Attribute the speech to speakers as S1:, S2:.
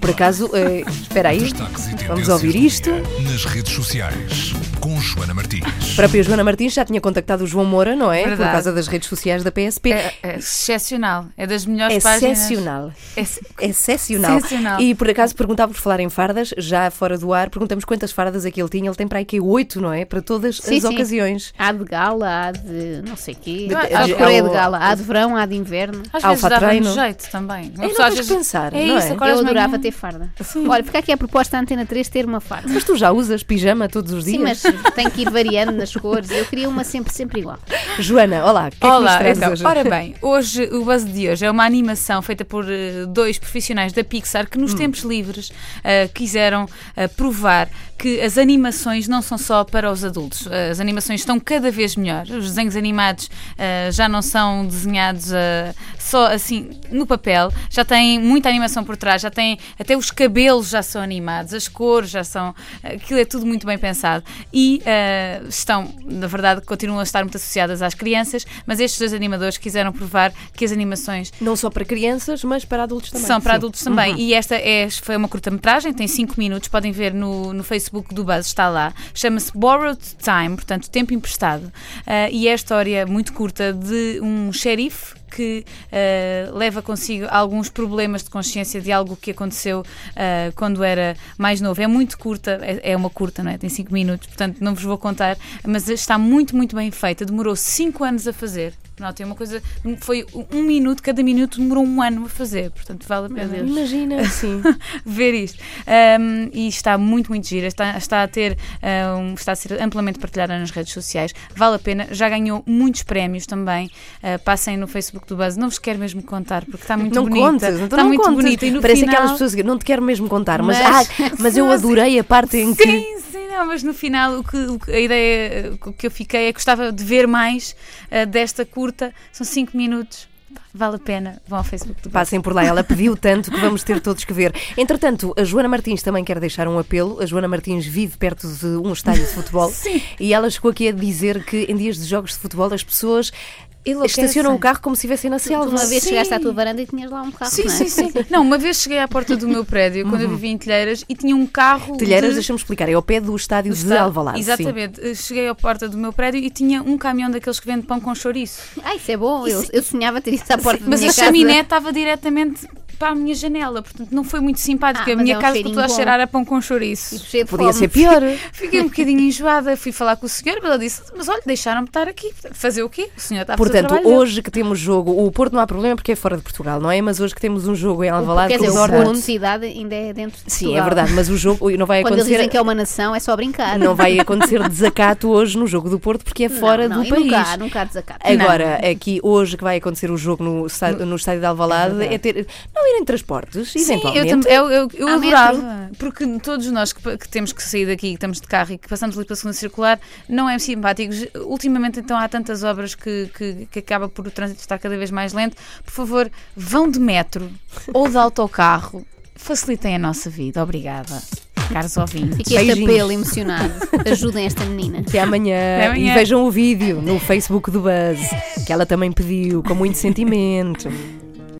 S1: Por acaso, eh, espera aí,
S2: Destaques e
S1: vamos
S2: tendências
S1: ouvir
S2: do
S1: isto.
S2: dia Nas redes sociais, com Joana Martins.
S1: A própria Joana Martins já tinha contactado o João Moura, não é? Por
S3: Verdade.
S1: causa das redes sociais da PSP.
S3: É, é excepcional. É das melhores páginas. É
S1: Excepcional.
S3: Ex-
S1: Excepcional.
S3: Excepcional.
S1: E por acaso perguntávamos por falar em fardas, já fora do ar, perguntamos quantas fardas é que ele tinha. Ele tem para aí que oito, não é? Para todas
S4: Sim,
S1: as
S4: sim.
S1: ocasiões.
S4: Há de gala, há de não sei quê.
S1: De-
S4: Há de
S3: de-
S4: correr
S1: ao-
S4: de gala, há de verão, há de inverno.
S3: Às vezes
S1: Alfa
S3: dava
S1: treino.
S3: muito jeito também. Uma
S1: não
S3: pessoa às
S1: tens de
S3: vezes-
S1: pensar,
S3: É
S1: não
S3: isso,
S1: é?
S3: acordas
S4: Eu
S3: de
S4: adorava
S3: manhã.
S4: ter farda. Olha, fica aqui a proposta da Antena 3 ter uma farda.
S1: Mas tu já usas pijama todos os
S4: Sim,
S1: dias?
S4: mas tem que ir variando nas cores. Eu queria uma sempre, sempre igual.
S1: Joana, olá, o que é que nos
S3: Olá,
S1: trazes
S3: então,
S1: hoje?
S3: ora bem, hoje o buzz de hoje é uma animação feita por eh, dois profissionais da Pixar que nos tempos livres eh, quiseram eh, provar que as animações não são só para os adultos. Eh, as animações estão cada vez melhor. Os desenhos animados eh, já não são desenhados eh, só assim no papel, já tem muita animação por trás, já tem até os cabelos já são animados, as cores já são, aquilo é tudo muito bem pensado e eh, estão, na verdade, continuam a estar muito associadas às crianças, mas estes dois animadores quiseram provar que as animações
S1: Não só para crianças, mas para adultos também.
S3: são para
S1: Sim.
S3: adultos também. E esta é, foi uma curta-metragem, tem 5 minutos, podem ver no, no Facebook do Buzz, está lá. Chama-se Borrowed Time, portanto, tempo emprestado. Ah, e é a história muito curta de um xerife que ah, leva consigo alguns problemas de consciência de algo que aconteceu ah, quando era mais novo. É muito curta, é, é uma curta, não é? Tem 5 minutos, portanto, não vos vou contar, mas está muito, muito bem feita. Demorou 5 anos a fazer. Notem, uma coisa, foi um minuto, cada minuto demorou um ano a fazer, portanto vale a pena
S1: Imagina, sim.
S3: ver isto. Um, e está muito, muito gira, está, está a ter, uh, um, está a ser amplamente partilhada nas redes sociais, vale a pena, já ganhou muitos prémios também. Uh, passem no Facebook do Buzz, não vos quero mesmo contar, porque está muito
S1: não
S3: bonita.
S1: contas, então
S3: está
S1: não
S3: muito
S1: contas.
S3: bonita. E no
S1: Parece
S3: final...
S1: aquelas pessoas que não te quero mesmo contar, mas,
S4: Mas-
S1: ah, mas eu adorei a parte em que.
S3: Sim, sim, não, mas no final o que, o que- a ideia eh, que eu fiquei é que gostava de ver mais eh, desta curta, são 5 minutos, vale a pena, vão ao Facebook do Buzz.
S1: Passem por lá, ela pediu tanto que vamos ter todos que ver. Entretanto, a Joana Martins também quer deixar um apelo. A Joana Martins vive perto de um estádio de futebol e ela chegou aqui a dizer que em dias de jogos de futebol as pessoas
S3: Enlouquecem.
S1: estacionam o carro como se estivessem na
S4: Tu
S1: selva.
S4: uma vez
S3: Sim.
S4: chegaste à tua varanda e tinhas lá um carro,
S3: Sim,
S4: não é?
S3: sim, sim. Não, uma vez cheguei à porta do meu prédio, quando eu vivia em Telheiras, e tinha um carro.
S1: Telheiras,
S3: de-
S1: deixa-me explicar, é ao pé do estádio
S3: do
S1: de
S3: Estado.
S1: Alvalade. sim.
S3: Exatamente. Eh, Cheguei à porta do meu prédio e tinha um caminhão daqueles que vende pão com chouriço.
S4: Ah, isso é bom. Eu, eu sonhava ter isso à porta da
S3: Mas
S4: minha
S3: a
S4: casa.
S3: chaminé estava diretamente para a minha janela, portanto não foi muito simpático.
S4: Ah,
S3: a
S4: mas
S3: minha
S4: é um
S3: casa
S4: cheirinho
S3: ficou toda a
S4: bom.
S3: cheirar a pão com chouriço.
S4: E cheio de
S1: Podia
S4: fome.
S1: ser pior.
S3: Fiquei um bocadinho enjoada, fui falar com o senhor, mas ele disse: Mas olha, deixaram-me estar aqui. Fazer o quê? O senhor está a fazer o
S1: Portanto,
S3: trabalho dele."
S1: hoje que temos jogo, o Porto não há problema porque é fora de Portugal, não é? Mas hoje que temos um jogo em Alvalade
S4: Quer
S1: com
S4: dizer,
S1: o
S4: o Porto
S1: Dortmund.
S4: de cidade ainda é dentro de
S1: Sim, é
S4: Portugal.
S1: verdade, mas o jogo não vai
S4: Quando eles
S1: acontecer.
S4: dizem que é uma nação, é só brincar.
S1: Não vai acontecer desacato hoje no jogo do Porto porque é fora
S4: não,
S1: do
S4: e
S1: país.
S4: Nunca há, nunca há desacato.
S1: Agora, aqui hoje que vai acontecer o jogo no, esta- no estádio de Alvalade, é, ter, não irem transportes,
S3: Sim, eu,
S1: eventualmente.
S3: tam- eu, eu, eu
S4: Há
S3: adorava, porque todos nós que, pa- que temos que sair daqui, que estamos de carro e que passamos ali pela segunda circular, não é simpático. Ultimamente, então, há tantas obras que, que, que acaba por o trânsito estar cada vez mais lento. Por favor, vão de metro ou de autocarro, facilitem a nossa vida. Obrigada, caros ouvintes.
S4: Fiquei este
S1: Beijinhos.
S4: apelo emocionado. Ajudem esta menina.
S1: Até amanhã.
S3: Até amanhã.
S1: E vejam o vídeo no Facebook do Buzz, que ela também pediu com muito sentimento.